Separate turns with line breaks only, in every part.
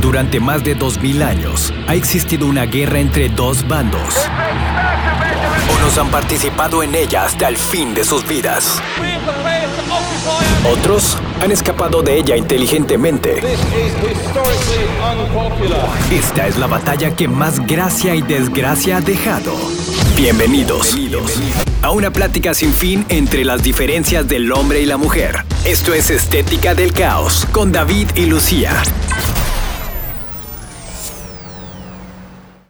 Durante más de 2.000 años ha existido una guerra entre dos bandos. Unos han participado en ella hasta el fin de sus vidas. Otros han escapado de ella inteligentemente. Esta es la batalla que más gracia y desgracia ha dejado. Bienvenidos, a una plática sin fin entre las diferencias del hombre y la mujer. Esto es Estética del Caos con David y Lucía.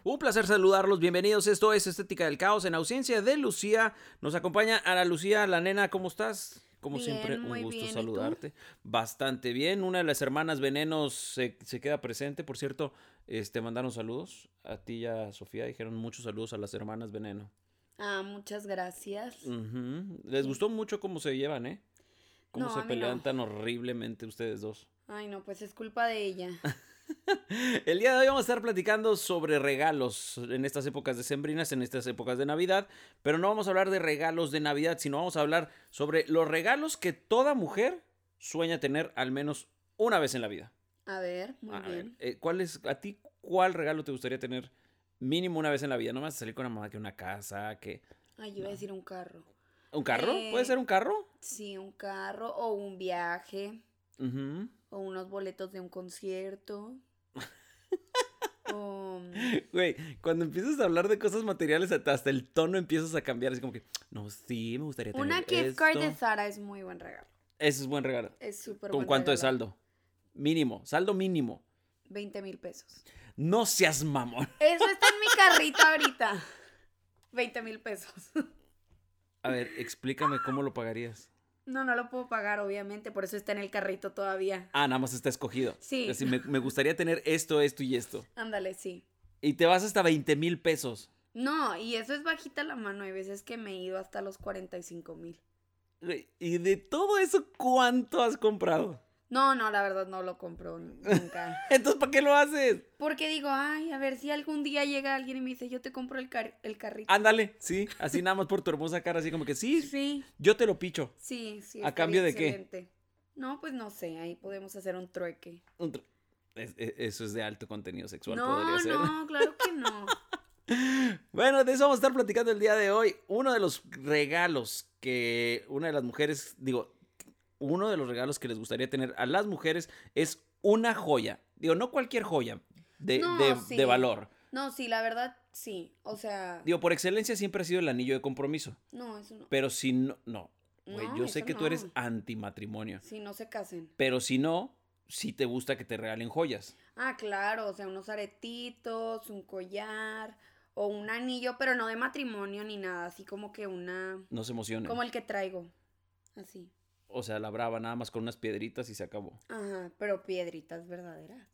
Un placer saludarlos, bienvenidos. Esto es Estética del Caos. En ausencia de Lucía, nos acompaña Ana Lucía, la nena, ¿cómo estás? Como
Bien,
siempre, un
muy
gusto
bien, ¿y tú?
saludarte. Bastante bien. Una de las hermanas Venenos se, se queda presente. Por cierto, este mandaron saludos a ti y a Sofía. Dijeron muchos saludos a las hermanas Veneno.
Ah, muchas gracias.
Mm. Ujú. Les gustó mucho cómo se llevan, ¿eh? Cómo
No,
se
a mí
pelean
no.
tan horriblemente ustedes dos.
Ay, no, pues es culpa de ella.
El día de hoy vamos a estar platicando sobre regalos en estas épocas decembrinas, en estas épocas de Navidad, pero no vamos a hablar de regalos de Navidad, sino vamos a hablar sobre los regalos que toda mujer sueña tener al menos una vez en la vida.
A ver, muy
a ver,
bien.
eh, ¿cuál es, a ti cuál regalo te gustaría tener mínimo una vez en la vida? No me vas a salir con una mamá que una casa, que
Ay, yo iba a decir un carro.
un carro, puede
Eh,
ser un carro.
Sí, un carro o un viaje
Ujú.
o unos boletos de un concierto. o... mm,
Güey, cuando empiezas a hablar de cosas materiales hasta hasta el tono empiezas a cambiar, es como que, no, sí, me gustaría tener
Una gift card de
esto".
Sara es muy buen regalo.
Ese es buen regalo.
Es súper
¿Con
buen
cuánto de
regalo.
saldo? Mínimo, saldo mínimo.
20 mil pesos.
No seas mamón.
Eso está en mi carrito ahorita. 20 mil pesos.
A ver, explícame cómo lo pagarías.
No, no lo puedo pagar, obviamente. Por eso está en el carrito todavía.
Ah, nada más está escogido.
Sí.
Así, me, me gustaría tener esto, esto y esto.
Ándale, sí.
Y te vas hasta 20 mil pesos.
No, y eso es bajita la mano. Hay veces que me he ido hasta los 45 mil.
Güey, Y de todo eso, ¿cuánto has comprado?
No, no, la verdad no lo compro n- nunca.
Entonces, ¿para qué lo haces?
Porque digo, ay, a ver si algún día llega alguien y me dice, yo te compro el, car- el carrito.
Ándale, sí. Así nada más por tu hermosa cara, así como que Ah, sí,
Sí,
yo te lo picho.
sí, sí.
¿A cambio de qué?
qué? No, pues no sé, ahí podemos hacer un trueque.
Un tr- Es- es- Eso es de alto contenido sexual, podría
No,
ser.
no, claro que no.
Bueno, de eso vamos a estar platicando el día de hoy. Uno de los regalos que una de las mujeres, digo, uno de los regalos que les gustaría tener a las mujeres es una joya. Digo, no cualquier joya de,
No,
de-
sí.
de valor.
No, sí, la verdad, sí. O sea,
Digo, por excelencia siempre ha sido el anillo de compromiso.
no, eso no.
Pero si no, no. Güey,
No,
yo sé
eso
que tú eres
no.
antimatrimonio.
Sí, no se casen.
Pero si no, sí te gusta que te regalen joyas.
Ah, claro, o sea, unos aretitos, un collar o un anillo, pero no de matrimonio ni nada, así como que una...
No se emocionen.
Como el que traigo, así.
O sea, la brava nada más con unas piedritas y se acabó.
Ajá, pero piedritas verdaderas.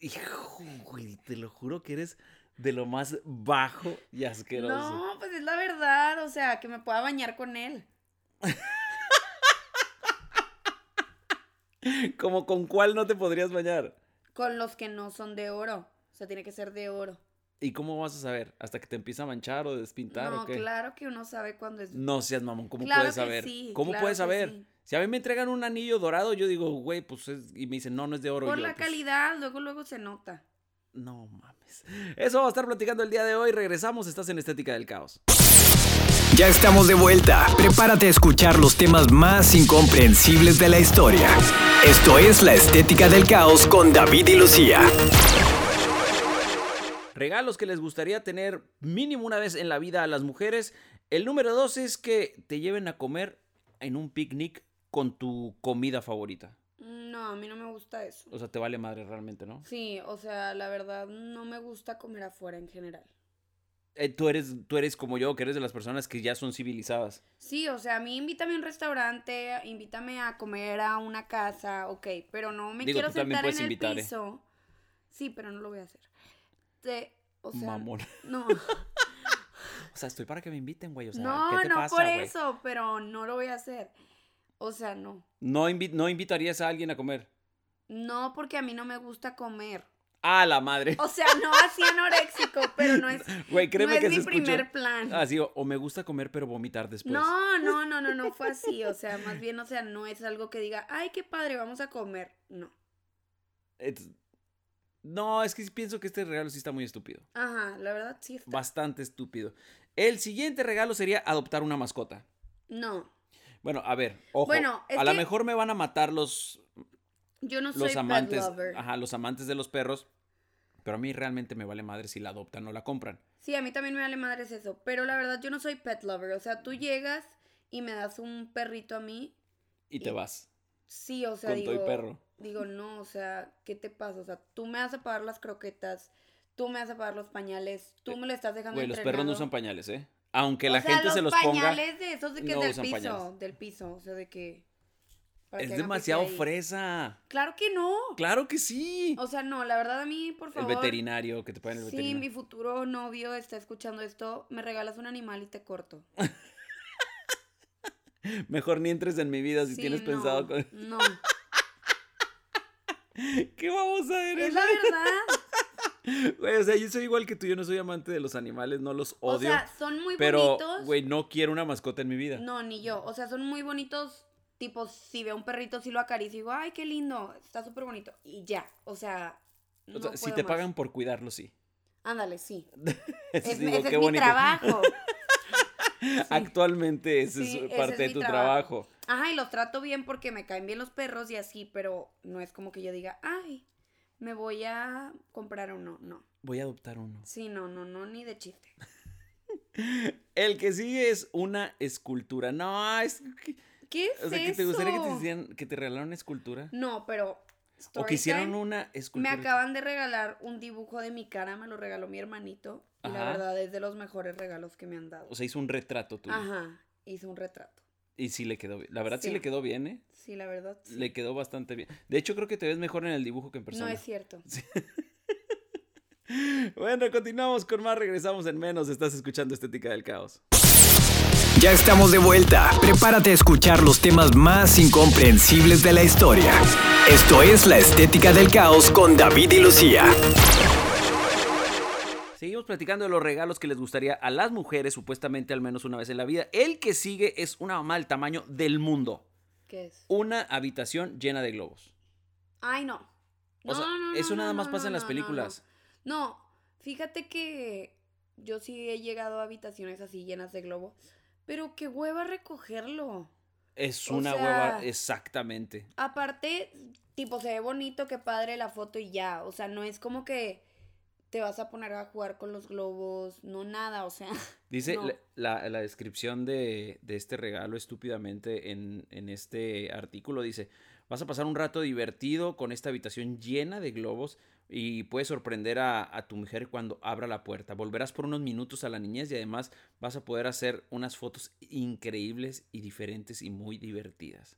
Hijo, güey, te lo juro que eres de lo más bajo y asqueroso.
No, pues es la verdad, o sea, que me pueda bañar con él.
Como con cuál no te podrías bañar.
Con los que no son de oro, o sea, tiene que ser de oro.
¿Y cómo vas a saber? ¿Hasta que te empieza a manchar o despintar
no,
o qué?
claro que uno sabe cuando es...
No seas mamón, ¿cómo
Claro
puedes
que
saber?
sí,
¿Cómo
claro
puedes
que
saber?
sí.
Si a mí me entregan un anillo dorado, yo digo, güey, pues es... y me dicen, no, no es de oro.
Por
yo,
la
pues,
calidad, luego, luego se nota.
No mames. Eso vamos a estar platicando el día de hoy. Regresamos, estás en Estética del Caos.
Ya estamos de vuelta. Prepárate a escuchar los temas más incomprensibles de la historia. Esto es La Estética del Caos con David y Lucía.
Regalos que les gustaría tener mínimo una vez en la vida a las mujeres. El número dos es que te lleven a comer en un picnic con tu comida favorita.
No, a mí no me gusta eso.
O sea, te vale madre realmente, ¿no?
Sí, o sea, la verdad no me gusta comer afuera en general.
Eh, tú, eres, tú eres como yo, que eres de las personas que ya son civilizadas.
Sí, o sea, a mí invítame a un restaurante, invítame a comer a una casa, ok, pero no me
Digo,
quiero
tú también
sentar
puedes
en el
invitar, ¿eh?
piso. Sí, pero no lo voy a hacer. Te- o sea,
Mamón.
no,
O sea, estoy para que me inviten, güey. O sea, ¿qué
no,
te
no
pasa,
por
güey?
eso, pero no lo voy a hacer. O sea, no.
No, invi- no invitarías a alguien a comer.
No porque a mí no me gusta comer.
¡Ah, la madre!
O sea, no así anoréxico, pero no es,
Güey, créeme
Oh, no es
que
mi
se escuchó. Ah, pues.
primer plan.
Así, o, o me gusta comer, pero vomitar después.
No, no, no, no, no fue así. O sea, más bien, o sea, no es algo que diga, ay, qué padre, vamos a comer. No.
Es- No, es que pienso que este regalo sí está muy estúpido.
Ajá, la verdad sí está.
Bastante estúpido. El siguiente regalo sería adoptar una mascota.
No,
Bueno, a ver, ojo.
Bueno, es
a lo
que-
mejor me van a matar los,
yo no soy
los amantes.
pet lover.
Ajá, los amantes de los perros. Pero a mí realmente me vale madre si la adoptan o la compran.
Sí, a mí también me vale madres eso, pero la verdad yo no soy pet lover, o sea, tú llegas y me das un perrito a mí,
Y te
Y-
vas.
sí, o sea,
Con todo y
digo,
perro.
digo, no, o sea, ¿qué te pasa? O sea, tú me vas a pagar las croquetas, tú me vas a pagar los pañales, tú me lo estás dejando
Eh, Güey, los perros no
entrenado.
usan pañales, ¿eh? Aunque la
O sea,
gente se los ponga.
pañales de esos de que
no
del
usan
piso,
pañales.
del piso, o sea, de que para
Es
que hagan pipí
demasiado
ahí.
fresa.
Claro que no.
Claro que sí.
O sea, no, la verdad a mí, por
el
favor.
veterinario, que te paguen el
Si mi
veterinario.
futuro novio está escuchando esto, me regalas un animal y te corto.
Ah, Mejor ni entres en mi vida si
Sí,
tienes
no,
pensado con...
No.
¿Qué vamos a
Es
eres?
la verdad.
Güey, o sea, yo soy igual que tú, yo no soy amante de los animales, no los
O
odio.
sea, son muy
pero,
bonitos.
güey, no quiero una mascota en mi vida.
No, ni yo. O sea, son muy bonitos. Tipo, si veo un perrito, si lo acaricio y digo, ay, qué lindo, está súper bonito. Y ya. O sea,
O sea,
no
si
puedo
te
más.
pagan por cuidarlo, sí.
Ándale, sí.
Eso
Es,
digo,
ese
qué
es mi
bonito.
trabajo.
Actualmente ese
Sí,
es
ese
parte
es
de
mi
tu trabajo.
trabajo. Ajá, y los trato bien porque me caen bien los perros y así, pero no es como que yo diga, ay, me voy a comprar uno. No.
Voy a adoptar uno.
Sí, no, no, no, ni de chiste.
El que sigue es una escultura. No, es que-
¿Qué es
o sea, que te gustaría que te
eso?
hicieran, que te regalaran una escultura
No, pero.
o
story
que hicieran
time,
una
Me
escultura.
acaban de regalar un dibujo de mi cara, me lo regaló mi hermanito. Y la
Ajá.
verdad es de los mejores regalos que me han dado.
O sea, hizo un retrato tuyo.
Ajá, hice un retrato.
Y sí le quedó bien. La verdad sí,
Sí.
le quedó bien, ¿eh?
Sí, la verdad. sí.
Le quedó bastante bien. De hecho, creo que te ves mejor en el dibujo que en persona.
No es cierto.
Bueno, continuamos con más. Regresamos en menos. Estás escuchando Estética del Caos.
Ya estamos de vuelta. Prepárate a escuchar los temas más incomprensibles de la historia. Esto es La Estética del Caos con David y Lucía.
Seguimos platicando de los regalos que les gustaría a las mujeres, supuestamente al menos una vez en la vida. El que sigue es una mamá del tamaño del mundo.
¿Qué es?
Una habitación llena de globos.
Ay, no.
O sea, eso nada más pasa en las
no, no,
películas.
No, No, fíjate que yo sí he llegado a habitaciones así llenas de globo, pero qué hueva recogerlo.
Es
O
una
sea-
hueva, exactamente.
Aparte, tipo, se ve bonito, qué padre la foto y ya. O sea, no es como que te vas a poner a jugar con los globos, no nada, o sea.
Dice
No.
la, la- la descripción de, de este regalo estúpidamente en, en este artículo. Dice, vas a pasar un rato divertido con esta habitación llena de globos y puedes sorprender a, a tu mujer cuando abra la puerta. Volverás por unos minutos a la niñez y además vas a poder hacer unas fotos increíbles y diferentes y muy divertidas.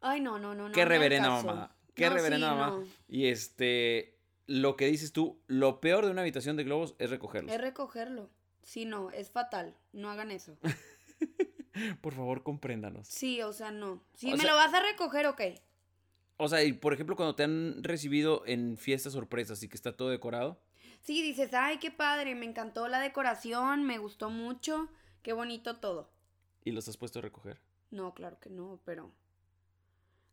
Ay, no, no, no, no.
Qué
ni al
reverenda
caso.
mamada. Qué
No,
reverenda
sí,
mamada. Y este, lo que dices tú, lo peor de una habitación de globos es recogerlos.
no, Es recogerlo. Sí, no, es fatal. No hagan eso.
Por favor, compréndanos.
Sí, o sea, no. Si
O
me
sea-
lo vas a recoger, ok.
O sea, y por ejemplo, cuando te han recibido en fiestas sorpresas y que está todo decorado.
Sí, dices, ay, qué padre, me encantó la decoración, me gustó mucho, qué bonito todo.
Y los has puesto a recoger.
No, claro que no, pero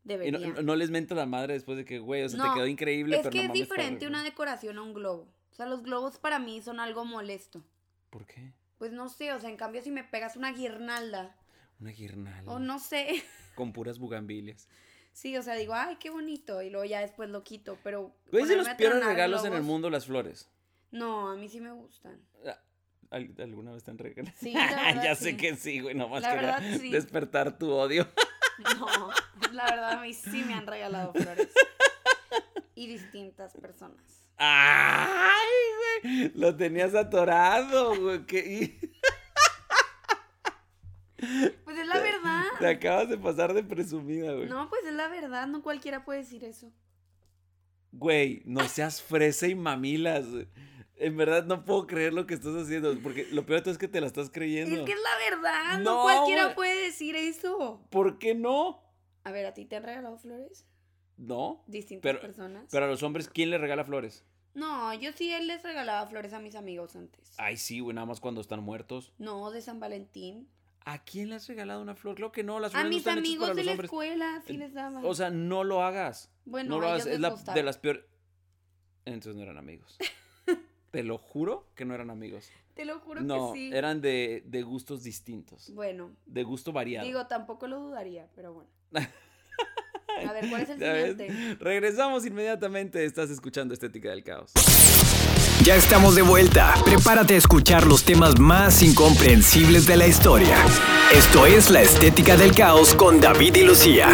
Y
debería.
no, no les menta la madre después de que, güey, o sea, te
No,
quedó increíble,
es
pero
que
no
es
mames,
diferente
padre,
una
güey.
decoración a un globo. O sea, los globos para mí son algo molesto.
¿Por qué?
Pues no sé, o sea, en cambio si me pegas una guirnalda
Una guirnalda.
o no sé.
Con puras bugambilias.
Sí, o sea, digo, ay, qué bonito y luego ya después lo quito, pero
Güey, es de los
ponerme a
peores
tronar
regalos en el
globos,
mundo las flores.
No, a mí sí me gustan.
Ah, ¿al- ¿Alguna vez te han regalado?
Sí, la verdad,
ya sé
sí.
que sí, güey, nomás
La
quería
verdad, sí.
despertar tu odio.
No, la verdad a mí sí me han regalado flores. Y distintas personas.
¡Ay, güey! Lo tenías atorado, güey. que-
Pues es la
Te
verdad.
acabas de pasar de presumida, güey.
No, pues es la verdad, no cualquiera puede decir eso.
Güey, no seas fresa y mamilas. En verdad no puedo creer lo que estás haciendo, porque lo peor de todo es que te la estás creyendo.
Es que es la verdad,
No,
no cualquiera
güey.
puede decir eso.
¿Por qué no?
A ver, ¿a ti te han regalado flores?
No.
Distintas
Pero-
personas.
Pero a los hombres, ¿quién les regala flores?
No, yo sí les regalaba flores a mis amigos antes.
Ay, sí, güey, nada más cuando están muertos.
No, de San Valentín.
¿A quién le has regalado una flor? Claro que no, las
A
flores no
mis
están hechas
amigos
para
de
los
la
hombres.
escuela sí les daba.
O sea, no lo hagas.
bueno,
no lo
a
hagas.
ellos
Es
les
la,
gustaba.
de las peores. Entonces no eran amigos. Te lo juro que no eran amigos.
Te lo juro
no,
que sí.
eran de, de gustos distintos.
Bueno,
De gusto variado.
digo, tampoco lo dudaría, pero bueno. A ver, ¿cuál es el
Ya ves.
siguiente?
Regresamos inmediatamente. Estás escuchando Estética del Caos.
Ya estamos de vuelta. Prepárate a escuchar los temas más incomprensibles de la historia. Esto es La Estética del Caos con David y Lucía.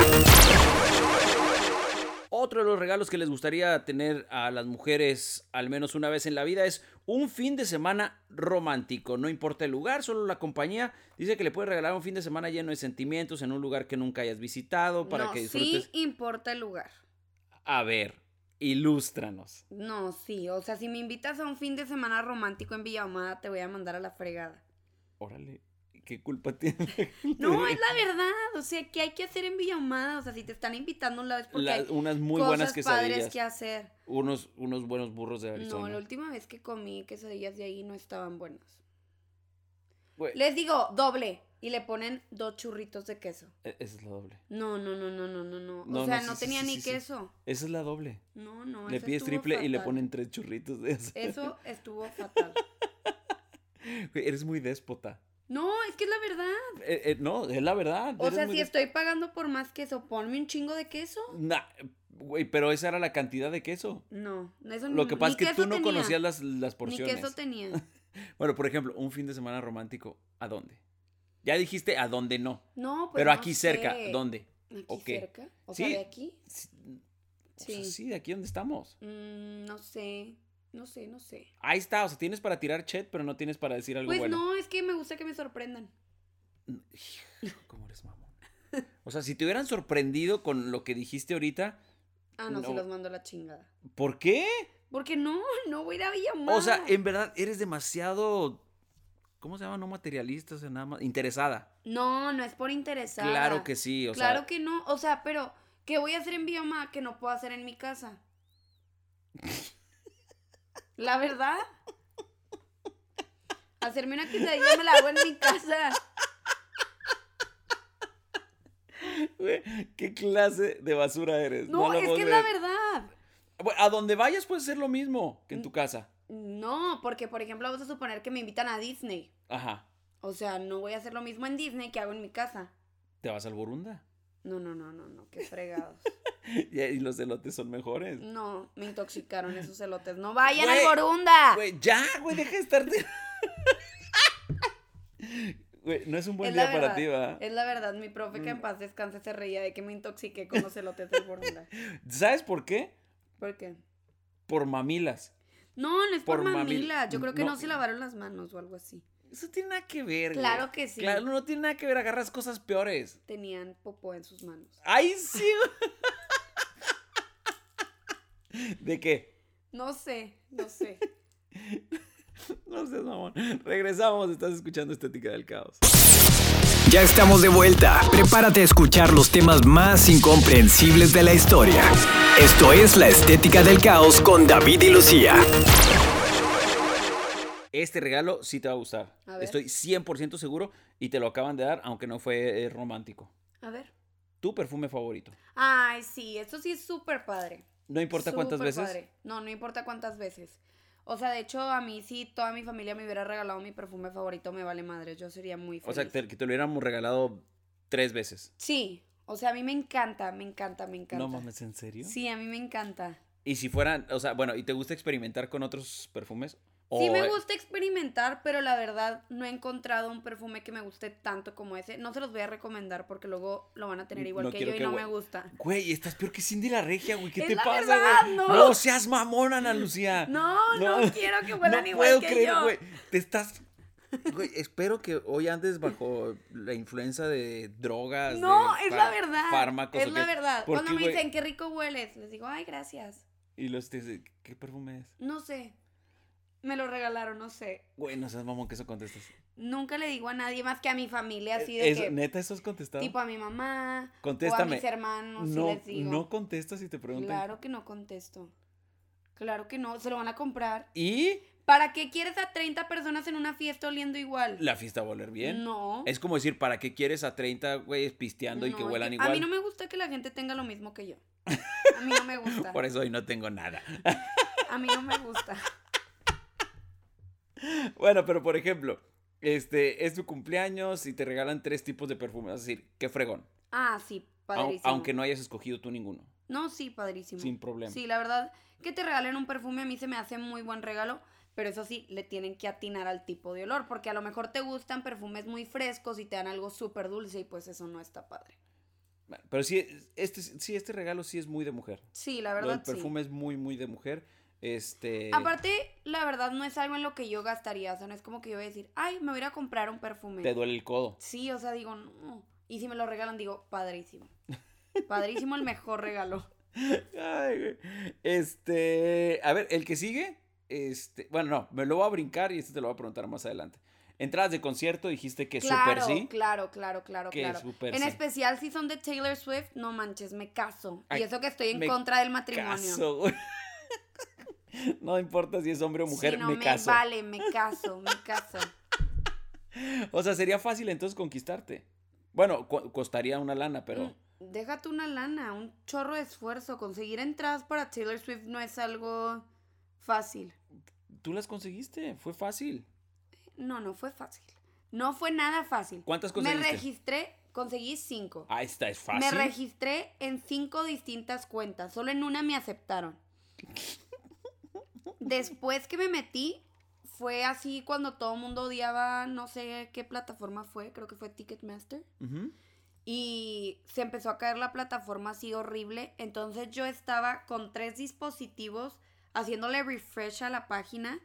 Otro de los regalos que les gustaría tener a las mujeres al menos una vez en la vida es un fin de semana romántico. No importa el lugar, solo la compañía dice que le puede regalar un fin de semana lleno de sentimientos en un lugar que nunca hayas visitado para
no,
que disfrutes.
sí importa el lugar.
A ver, ilústranos.
No, sí. O sea, si me invitas a un fin de semana romántico en Villamada, te voy a mandar a la fregada.
Órale, ¿qué culpa tiene?
No, es la verdad. O sea, ¿qué hay que hacer en Villamada? O sea, si te están invitando una vez porque
La-
hay
unas muy
cosas
buenas quesadillas.
padres que hacer.
Unos, unos buenos burros de
No,
Arizona.
la última vez que comí quesadillas de ahí no estaban buenas.
Güey,
Les digo, doble. Y le ponen dos churritos de queso.
e- Esa es la doble.
No, no, no, no, no, no, no.
No,
o sea,
no,
no,
sí, sí,
tenía
sí,
ni
sí, sí.
queso.
Esa es la doble.
No, no.
le
eso
pides
estuvo
triple y le
fatal. Eh.
ponen tres churritos de esa.
Eso estuvo fatal.
Güey, Eres muy déspota.
No, es que es la verdad.
Eh, eh, no, es la verdad.
O
eres
sea,
muy
si
des-
estoy pagando por más queso, ponme un chingo de queso.
Nah, güey, pero esa era la cantidad de queso.
No, eso
Lo
ni-
que pasa
Mm, ni
es que tú
queso
no
tenía,
conocías las, las porciones.
Ni queso tenía.
Bueno, por ejemplo, un fin de semana romántico, ¿a dónde? Ya dijiste a dónde no.
No, pues
pero
no
aquí cerca,
sé.
¿dónde?
Aquí
Ok.
cerca. O
Sí.
sea, de aquí.
Sí. o sea,
Sí.
sí, de aquí donde estamos.
Mm, no sé. No sé, no sé.
Ahí está, o sea, tienes para tirar chat, pero no tienes para decir algo
Pues
bueno.
no, es que me gusta que me sorprendan.
Hijo, ¿Cómo eres mamón? O sea, si te hubieran sorprendido con lo que dijiste ahorita,
Ah, no,
No.
sí los mando a la chingada.
¿por qué?
Porque no, no voy a ir a Villamar.
O sea, en verdad eres demasiado. ¿Cómo se llama? No materialista, o sea, nada más. Interesada.
No, no es por interesada.
Claro que sí, o
claro
sea.
que no. O sea, pero, ¿qué voy a hacer en Bioma que no puedo hacer en mi casa? La verdad. Hacerme una quesadilla me la hago en mi casa.
Güey, ¿Qué clase de basura eres?
No,
la
es
puedo
que es la
creer.
verdad. Mm.
Bueno, A donde vayas puedes hacer lo mismo que en tu casa.
No, porque, por ejemplo, vamos a suponer que me invitan a Disney.
Ajá.
O sea, no voy a hacer lo mismo en Disney que hago en mi casa.
Te vas al Burunda.
No, no, no, no, no, qué fregados.
Y y los elotes son mejores.
No, me intoxicaron esos elotes. No vayan
Güey,
al Borunda.
Güey, ya, güey, deja de estarte. Güey, no es un buen
Es la
día para
verdad,
ti, ¿va?
Es la verdad, mi profe
Mm.
que en paz descanse se reía de que me intoxiqué con los elotes del Borunda.
¿Sabes por qué?
¿Por qué?
Por mamilas.
No, no es por,
Por mamil-
mamila. Yo creo que no.
no.
se lavaron las manos o algo así.
Eso tiene nada que ver. güey.
Claro que sí.
Claro, no tiene nada que ver, agarras cosas peores.
Tenían popó en sus manos.
¡Ay, sí! güey. ¿De qué?
No sé, no sé.
No sé, mamón. Regresamos, estás escuchando Estética del Caos.
Ya estamos de vuelta. Prepárate a escuchar los temas más incomprensibles de la historia. Esto es La Estética del Caos con David y Lucía.
Este regalo sí te va a gustar.
A ver.
Estoy 100% seguro y te lo acaban de dar, aunque no fue eh, romántico.
A ver.
Tu perfume favorito.
Ay, sí, esto sí es súper padre.
No importa cuántas
Súper
veces.
padre. No, no importa cuántas veces. O sea, de hecho, a mí sí, toda mi familia me hubiera regalado mi perfume favorito, me vale madre. Yo sería muy
O
feliz.
sea, que te, que te lo hubiéramos regalado tres veces.
Sí, o sea, a mí me encanta, me encanta, me encanta.
No mames, ¿en serio?
Sí, a mí me encanta.
Y si fueran, o sea, bueno, ¿y te gusta experimentar con otros perfumes?
Sí
O,
me
eh,
gusta experimentar, pero la verdad no he encontrado un perfume que me guste tanto como ese. No se los voy a recomendar porque luego lo van a tener igual
No
que
quiero
yo y
que
no
hue-
me gusta.
Güey, estás peor que Cindy la Regia, güey. ¿Qué
Es
te
la
pasa, güey?
verdad, no.
seas mamona, Ana Lucía.
No, no, quiero que huelan
no
igual
puedo
que
creer,
yo.
güey. Te estás. Güey, espero que hoy andes bajo la influencia de drogas.
No,
de
es
fa-
la verdad.
Fármacos.
es
¿o
la
qué?
verdad.
¿Por
Cuando
qué,
me
güey?
dicen qué rico hueles, les digo, ay, gracias.
Y los te dicen, ¿qué perfume es?
No sé. Me lo regalaron, no sé.
Güey, no seas mamón que eso contestas.
Nunca le digo a nadie más que a mi familia así de
Es-
que
¿Neta eso has contestado?
tipo a mi mamá o a
Contéstame.
mis hermanos sí
no,
les digo.
no contestas si te preguntan.
Claro que no contesto. Claro que no, se lo van a comprar.
Y
¿Para qué quieres a 30 personas en una fiesta oliendo igual?
la fiesta va a oler bien.
No.
Es como decir, ¿para qué quieres a 30 güeyes pisteando y
No,
que
es
huelan
que
igual?
A mí no me gusta que la gente tenga lo mismo que yo. A mí no me gusta.
Por eso hoy no tengo nada.
a mí no me gusta.
Bueno, pero por ejemplo, este es tu cumpleaños y te regalan tres tipos de perfumes. Es decir, qué fregón.
Ah, sí,
Au-
padrísimo.
Aunque no hayas escogido tú ninguno.
No, sí, padrísimo.
Sin problema.
Sí, la verdad, que te regalen un perfume a mí se me hace muy buen regalo, pero eso sí, le tienen que atinar al tipo de olor, porque a lo mejor te gustan perfumes muy frescos y te dan algo súper dulce y pues eso no está padre.
Bueno, Pero sí, este, sí, este regalo sí es muy de mujer.
Sí, la
Lo del
verdad,
perfume es muy, muy de mujer. Este.
sí. Aparte, la verdad no es algo en lo que yo gastaría, o sea, no es como que yo voy a decir, ay, me voy a ir a comprar un perfume.
Te duele el codo.
Sí, o sea, digo, no. Y si me lo regalan, digo, padrísimo. Padrísimo, el mejor regalo.
Ay, güey. Este. A ver, el que sigue. Este. Bueno, no, me lo voy a brincar y este te lo voy a preguntar más adelante. Entradas de concierto, dijiste que
Claro,
super sí.
claro, claro, claro,
Que
claro.
súper
en
sí.
especial si son de Taylor Swift, no manches, me caso.
Ay,
y eso que estoy en
me
contra del matrimonio.
Caso, güey. No importa si es hombre o mujer,
Sí, no,
me, caso.
vale, me caso, me caso.
O sea, sería fácil entonces conquistarte. Bueno, cu- costaría una lana, pero.
Mm, Déjate una lana, un chorro de esfuerzo. Conseguir entradas para Taylor Swift no es algo fácil. Mm.
Tú las conseguiste, fue fácil.
No, no fue fácil. No fue nada fácil.
¿Cuántas
Me
conseguiste?
registré, conseguí cinco.
Ah, esta es
Me
fácil.
registré en cinco distintas cuentas. Solo en una me aceptaron. Después que me metí, fue así cuando todo el mundo odiaba, no sé qué plataforma fue, creo que fue Ticketmaster.
Ujú.
Y se empezó a caer la plataforma así horrible. Entonces yo estaba con tres dispositivos haciéndole refresh a la página.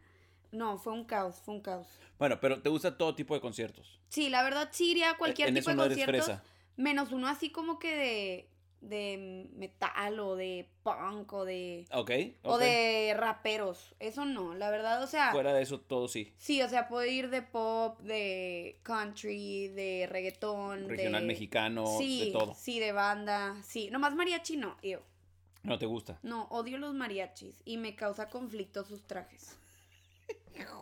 No, fue un caos, fue un caos.
Bueno, pero te gusta todo tipo de conciertos.
Sí, la verdad sí iría a cualquier
en eso
tipo de
no eres
conciertos.
fresa.
Menos uno así como que de, de metal o de punk o de,
Ok.
o
ok.
de raperos. Eso no, la verdad, o sea,
Fuera de eso, todo sí.
sí, o sea, puedo ir de pop, de country, de reggaetón,
Regional
de...
mexicano,
sí,
de todo.
Sí, de banda, sí. Nomás mariachi no, yo.
No te gusta.
No, odio los mariachis y me causa conflicto sus trajes.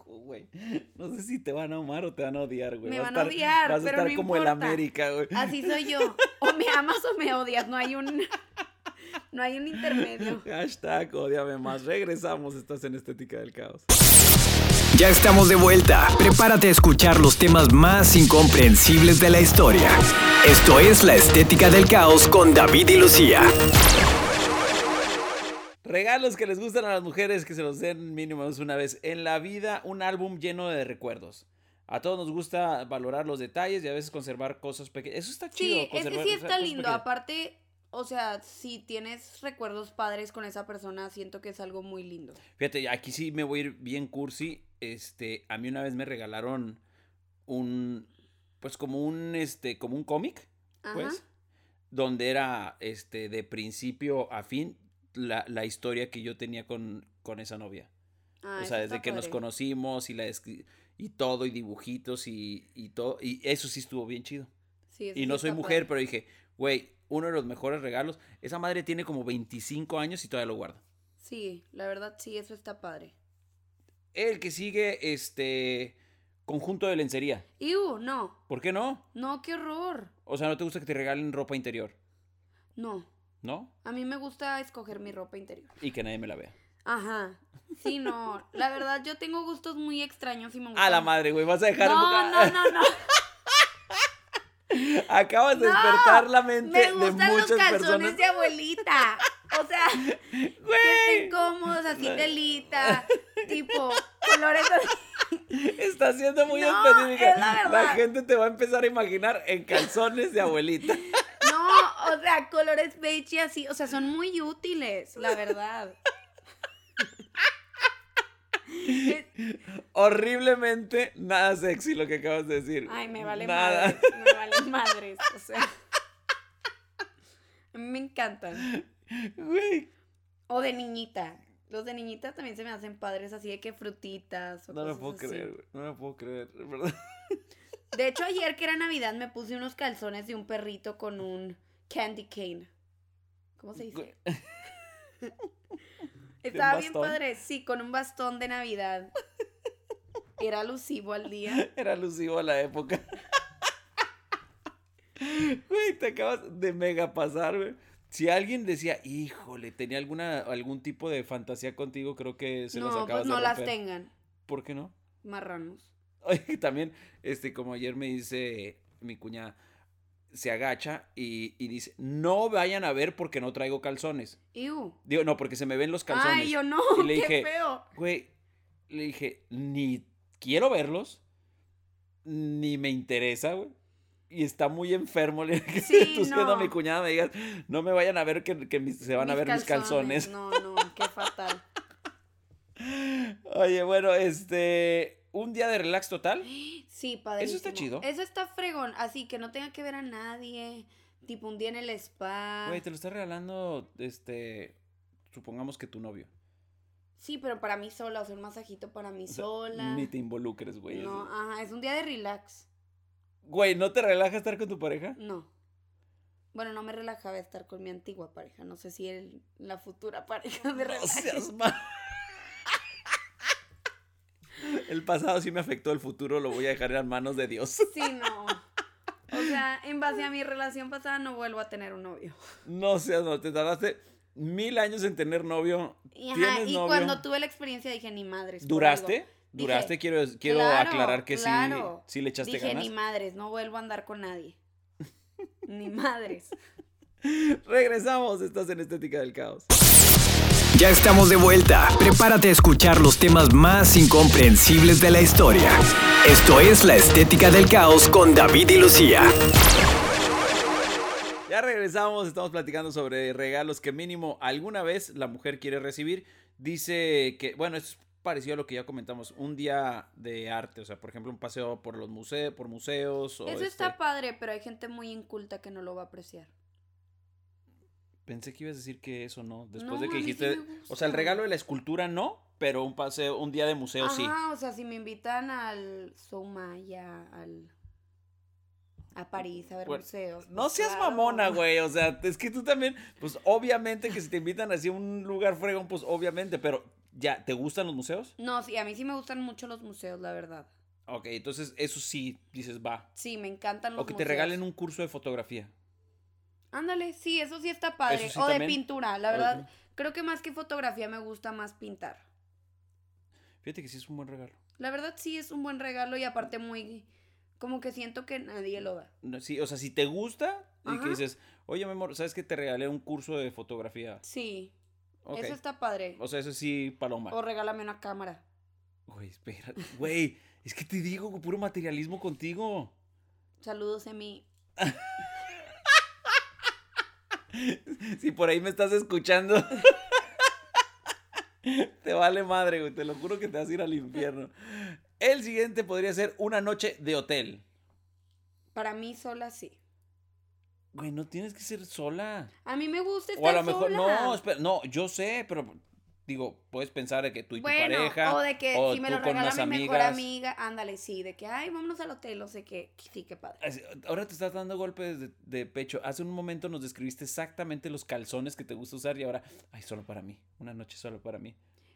Güey, No sé si te van a amar o te van a odiar, güey.
Me
Vas a
van a
estar-
odiar,
Vas a
pero
estar
no
como el
importa.
América, güey.
Así soy yo. O me amas o me odias, no hay un... No hay un intermedio.
Hashtag odiame más. Regresamos, estás en Estética del Caos.
Ya estamos de vuelta. Prepárate a escuchar los temas más incomprensibles de la historia. Esto es La Estética del Caos con David y Lucía.
Regalos que les gustan a las mujeres que se los den mínimo una vez en la vida, un álbum lleno de recuerdos. A todos nos gusta valorar los detalles y a veces conservar cosas pequeñas. Eso está chido.
Sí, ese
conservar-
sí
o sea,
está
cosas
lindo.
pequeñas.
Aparte, o sea, si tienes recuerdos padres con esa persona, siento que es algo muy lindo.
Fíjate, aquí sí me voy a ir bien cursi. Este, a mí una vez me regalaron un, pues como un, este, como un cómic,
Ajá.
pues, donde era, este, de principio a fin la, la historia que yo tenía con, con esa novia.
Ah,
o
eso
sea,
está
desde que nos
padre.
conocimos y la descri- y todo y dibujitos y, y todo y eso sí estuvo bien chido.
Sí, eso
Y
sí
no soy
está
mujer,
padre.
pero dije, güey, uno de los mejores regalos. Esa madre tiene como 25 años y todavía lo guarda.
Sí, la verdad sí, eso está padre.
El que sigue, este, conjunto de lencería.
Iu, no.
¿Por qué no?
No, qué horror.
O sea, no te gusta que te regalen ropa interior,
No.
¿no?
A mí me gusta escoger mi ropa interior.
Y que nadie me la vea.
Ajá. Sí, no. La verdad, yo tengo gustos muy extraños y me gusta.
A la madre, güey, vas a dejar...
No, no, no, no.
Acabas de
No.
despertar la mente
Me
de
gustan los
muchas
calzones
personas.
de abuelita. O sea. que
Güey,
estén cómodos, así telita, tipo, colores
está siendo muy
No,
específica.
es la
la
verdad.
gente te va a empezar a imaginar en calzones de abuelita.
No, o sea, colores beige y así, o sea, son muy útiles, la verdad. Es-
Horriblemente nada sexy lo que acabas de decir.
Ay, me vale
nada.
madres, me vale madres, o sea. A mí me encantan.
Güey,
O de niñita. Los de niñita también se me hacen padres, así de que frutitas o
no lo
cosas
puedo
así.
creer, güey, no lo puedo creer, ¿verdad?
De hecho, ayer que era Navidad me puse unos calzones de un perrito con un candy cane. ¿Cómo se dice? Estaba bien
bastón?
padre, sí, con un bastón de Navidad. Era alusivo al día.
Era alusivo a la época. Güey, te acabas de mega pasar, güey. Si alguien decía, híjole, tenía alguna, algún tipo de fantasía contigo, creo que se las
no,
acabas
pues no
de
las
romper.
tengan,
¿Por qué no?
marranos.
Oye, también, este, como ayer me dice mi cuñada, se agacha y, y dice, no vayan a ver porque no traigo calzones.
Iu.
Digo, no, porque se me ven los calzones.
uh, Ay, yo no,
Y le
qué
dije,
feo.
Güey, le dije, ni quiero verlos, ni me interesa, güey. Y está muy enfermo. Le dije,
Sí,
tú siendo
no.
mi cuñada me digas, no me vayan a ver que, que mis- se van a ver mis calzones.
No, no, qué fatal.
Oye, bueno, este, un día de relax total.
Sí, padrísimo.
chido.
Eso está fregón, así que no tenga que ver a nadie, tipo un día en el spa.
Güey, te lo está regalando, este, supongamos que tu novio.
Sí, pero para mí sola, o sea, un masajito para mí
O sea,
sola.
Ni te involucres, güey.
no, ah.
Es-
ajá, es un día de relax.
Güey, ¿no te relaja estar con tu pareja?
No. Bueno, no me relajaba estar con mi antigua pareja, no sé si el- la futura pareja
No
me relaje.
seas mal. El pasado sí me afectó, el futuro lo voy a dejar en manos de Dios.
Sí, no. O sea, en base a mi relación pasada no vuelvo a tener un novio.
No seas mal, te tardaste mil años en tener novio.
Y, ajá,
¿Tienes
y
novio?
cuando tuve la experiencia dije, ni madres. por algo.
¿Duraste? ¿Duraste?
Dije,
quiero quiero
claro,
aclarar que
claro.
sí, sí le echaste
Dije,
ganas.
ni madres, no vuelvo a andar con nadie. ni madres.
Regresamos, estás en Estética del Caos.
Ya estamos de vuelta. Prepárate a escuchar los temas más incomprensibles de la historia. Esto es La Estética del Caos con David y Lucía.
Ya regresamos, estamos platicando sobre regalos que mínimo alguna vez la mujer quiere recibir. Dice que, bueno, es parecido a lo que ya comentamos, un día de arte, o sea, por ejemplo, un paseo por los museos, por museos. O
Eso
este-
está padre, pero hay gente muy inculta que no lo va a apreciar.
Pensé que ibas a decir que eso no, después
No,
de
a
que
mí sí
dijiste,
me
o sea, el
gusta.
regalo de la escultura no, pero un paseo, un día de museo sí.
Ajá, o sea, si me invitan al Soumaya, al a París a ver
Bueno,
museos.
No
pues
seas
claro.
mamona, güey, o sea, es que tú también, pues obviamente que si te invitan así a un lugar fregón, pues obviamente, pero ya, ¿te gustan los museos?
No, sí, a mí sí me gustan mucho los museos, la verdad.
Ok, entonces eso sí, dices, va,
Sí, me encantan los
O que te regalen un curso de fotografía.
Ándale, sí, eso sí está padre.
Eso sí
o de
también.
pintura, la
O de
verdad.
pin-
Creo que más que fotografía me gusta más pintar.
Fíjate que sí es un buen regalo.
La verdad sí es un buen regalo y aparte muy... Como que siento que nadie lo da.
No, sí, o sea, si te gusta y que
Ajá.
dices, oye, mi amor, ¿sabes que te regalé un curso de fotografía?
Sí,
Ok.
eso está padre.
O sea, eso sí, paloma.
O regálame una cámara.
Güey, espera. Güey, es que te digo, güey, puro materialismo contigo.
Saludos, Emi.
Si por ahí me estás escuchando. te vale madre, güey. Te lo juro que te vas a ir al infierno. El siguiente podría ser una noche de hotel.
Para mí sola sí.
Güey, no tienes que ser sola.
A mí me gusta estar
O a lo mejor,
sola.
no, espera, no, yo sé, pero digo, puedes pensar de que tú y tu
bueno,
pareja.
o de que si me
tú
lo
con
regala mi
las
mejor
amigas.
amiga, ándale, sí, de que, ay, vámonos al hotel, no sé qué, sí, qué padre.
Así, Ahora te estás dando golpes de, de pecho. Hace un momento nos describiste exactamente los calzones que te gusta usar y ahora, ay, solo para mí. Una noche solo para mí.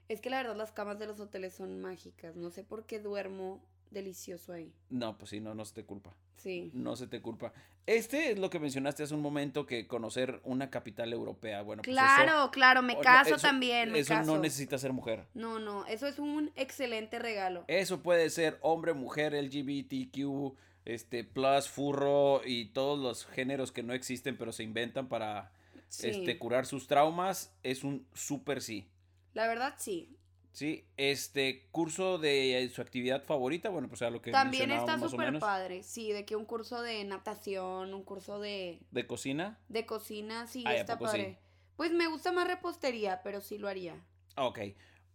Es que la verdad las camas de los hoteles son mágicas, no sé por qué duermo delicioso ahí.
No, pues sí, no, no se te culpa.
Sí.
No se te culpa. Este es lo que mencionaste hace un momento, que conocer una capital europea. Bueno, pues
Claro, claro, me
eso-
caso
eso-
también, me
Eso
caso.
no necesita ser mujer.
No, no, eso es un excelente regalo.
Eso puede ser hombre, mujer, LGBTQ, este, plus, furro y todos los géneros que no existen pero se inventan para
Sí.
este, curar sus traumas. Es un súper sí.
La verdad, sí.
Sí, este curso de eh, su actividad favorita, bueno, pues a lo que
También está
mencionábamos más o
súper
menos,
padre. Sí, de que un curso de natación, un curso de,
de cocina.
de cocina, sí,
Ay, ¿a
está
poco sí?
padre. Pues me gusta más repostería, pero sí lo haría.
Ah, Ok.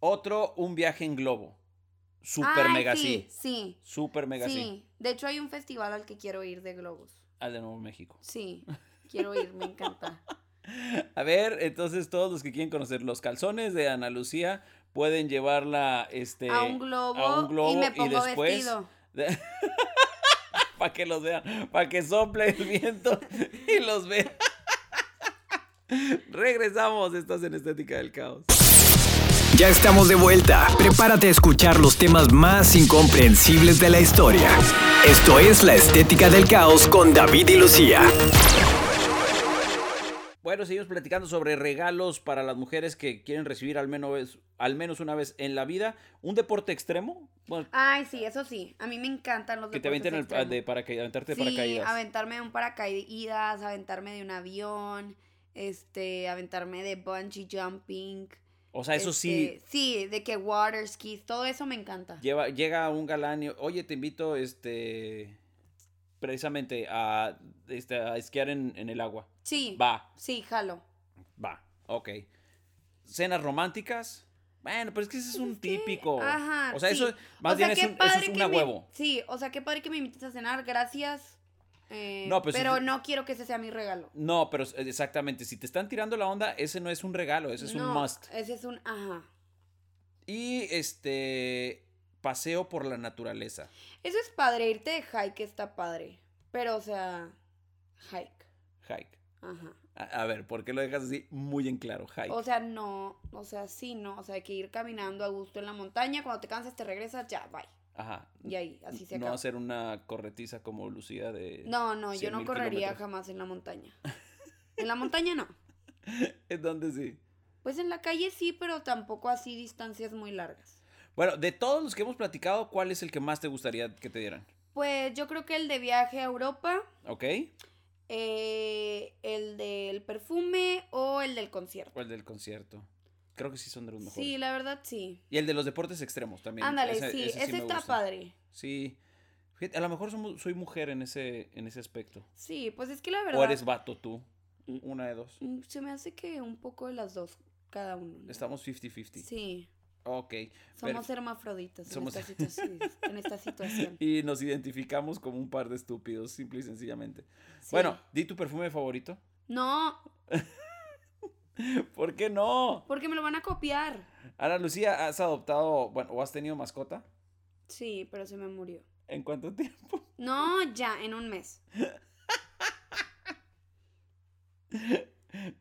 Otro, un viaje en globo. Súper
Ay,
mega
Ah, sí.
sí.
Sí,
Súper mega
sí.
sí.
De hecho, hay un festival al que quiero ir de globos.
Al de Nuevo México.
Sí, quiero ir, me encanta.
A ver, entonces todos los que quieren conocer los calzones de Ana Lucía pueden llevarla este
a, un globo
a un globo
y me pongo
después-
vestido.
para que los vean, para que sople el viento y los vean. Regresamos, estás en Estética del Caos.
Ya estamos de vuelta. Prepárate a escuchar los temas más incomprensibles de la historia. Esto es La Estética del Caos con David y Lucía.
Bueno, seguimos platicando sobre regalos para las mujeres que quieren recibir al menos, al menos una vez en la vida. ¿Un deporte extremo? Bueno,
Ay, sí, eso sí. A mí me encantan los
que te
Ah, deportes
avienten el,
extremos.
de paracaídas, aventarte de
sí,
paracaídas.
aventarme de un paracaídas, aventarme de un avión, este, aventarme de bungee jumping.
o sea, Ah, eso sí,
este, Sí, de que water skis, todo eso me encanta.
lleva, llega un galán y, oye, te invito este, precisamente a, este, a esquiar en, en el agua.
Sí.
Va,
Sí, jalo.
va, ok. ¿Cenas románticas? Bueno, pero es que ese es un típico.
Ajá.
o sea,
sí.
eso más
O sea,
bien es
qué
un, eso
padre
es
que
una
me-
huevo.
Sí, o sea, qué padre que me invites a cenar, gracias. eh,
No, pues,
pero
es-
no quiero que ese sea mi regalo.
No, pero s- exactamente, si te están tirando la onda, ese no es un regalo, ese es un
No,
must.
Ese es un ajá.
Y este paseo por la naturaleza.
Eso es padre, irte de hike está padre. Pero, o sea, hike.
Hike.
Ajá.
A, a ver, ¿por qué lo dejas así muy en claro? Hike.
O sea, no, o sea, sí, no. O sea, hay que ir caminando a gusto en la montaña. Cuando te cansas, te regresas, ya, bye.
Ajá.
Y ahí, así se
no
acaba.
hacer una corretiza como Lucía de.
No, no, yo
100
no
mil
correría
kilómetros.
jamás en la montaña. En la montaña no.
¿En dónde sí?
Pues en la calle sí, pero tampoco así distancias muy largas.
Bueno, de todos los que hemos platicado, ¿cuál es el que más te gustaría que te dieran?
Pues yo creo que el de viaje a Europa,
¿Ok?
eh, el del perfume o el del
¿O
concierto.
el del concierto? Creo que sí son de los mejores.
Sí, la verdad sí.
Y el de los deportes extremos también.
Ándale,
Ese-
sí,
ese
ese,
sí me
está
gusta.
padre.
Sí. Fíjate, a lo mejor somo- soy mujer en ese, en ese aspecto.
Sí, pues es que la
O
verdad
eres vato tú. Una de dos.
mm, se me hace que un poco de las dos cada uno. ¿no?
Estamos 50-50.
Sí,
Ok.
somos
Perf-
hermafroditas
Somos-
En, esta situación, en esta situación.
Y nos identificamos como un par de estúpidos, simple y sencillamente.
Sí.
Bueno, di tu perfume favorito.
No,
¿Por qué no?
porque me lo van a copiar.
Ana Lucía, ¿has adoptado, bueno, o has tenido mascota?
Sí, pero se me murió.
¿En cuánto tiempo?
No, ya, en un mes.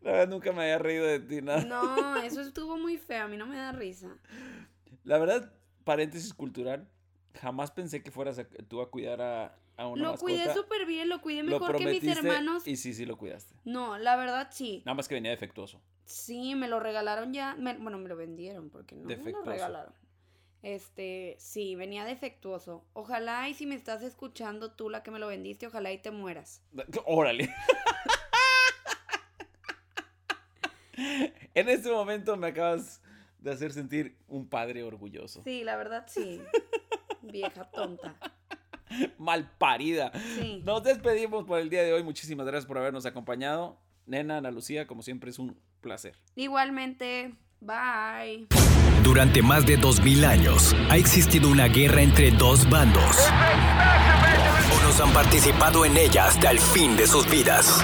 La verdad, nunca me había reído de ti, nada.
No, eso estuvo muy feo, a mí no me da risa.
La verdad, paréntesis cultural, jamás pensé que fueras a- tú a cuidar a, a una
Lo
mascota.
cuidé súper bien, lo cuidé mejor que mis
prometiste
hermanos.
Y sí, sí lo cuidaste.
No, la verdad sí.
Nada más que venía defectuoso.
Sí, me lo regalaron ya. me- bueno, me lo vendieron porque no me lo
Defectuoso.
regalaron. Este, sí, venía defectuoso. Ojalá y si me estás escuchando tú la que me lo vendiste, ojalá y te mueras.
Órale. en este momento me acabas de hacer sentir un padre orgulloso.
Sí, la verdad sí. Vieja tonta.
Mal parida.
Sí.
Nos despedimos por el día de hoy. Muchísimas gracias por habernos acompañado. Nena, Ana Lucía, como siempre es un placer.
Igualmente, bye.
Durante más de 2000 años ha existido una guerra entre dos bandos. Unos han participado en ella hasta el fin de sus vidas.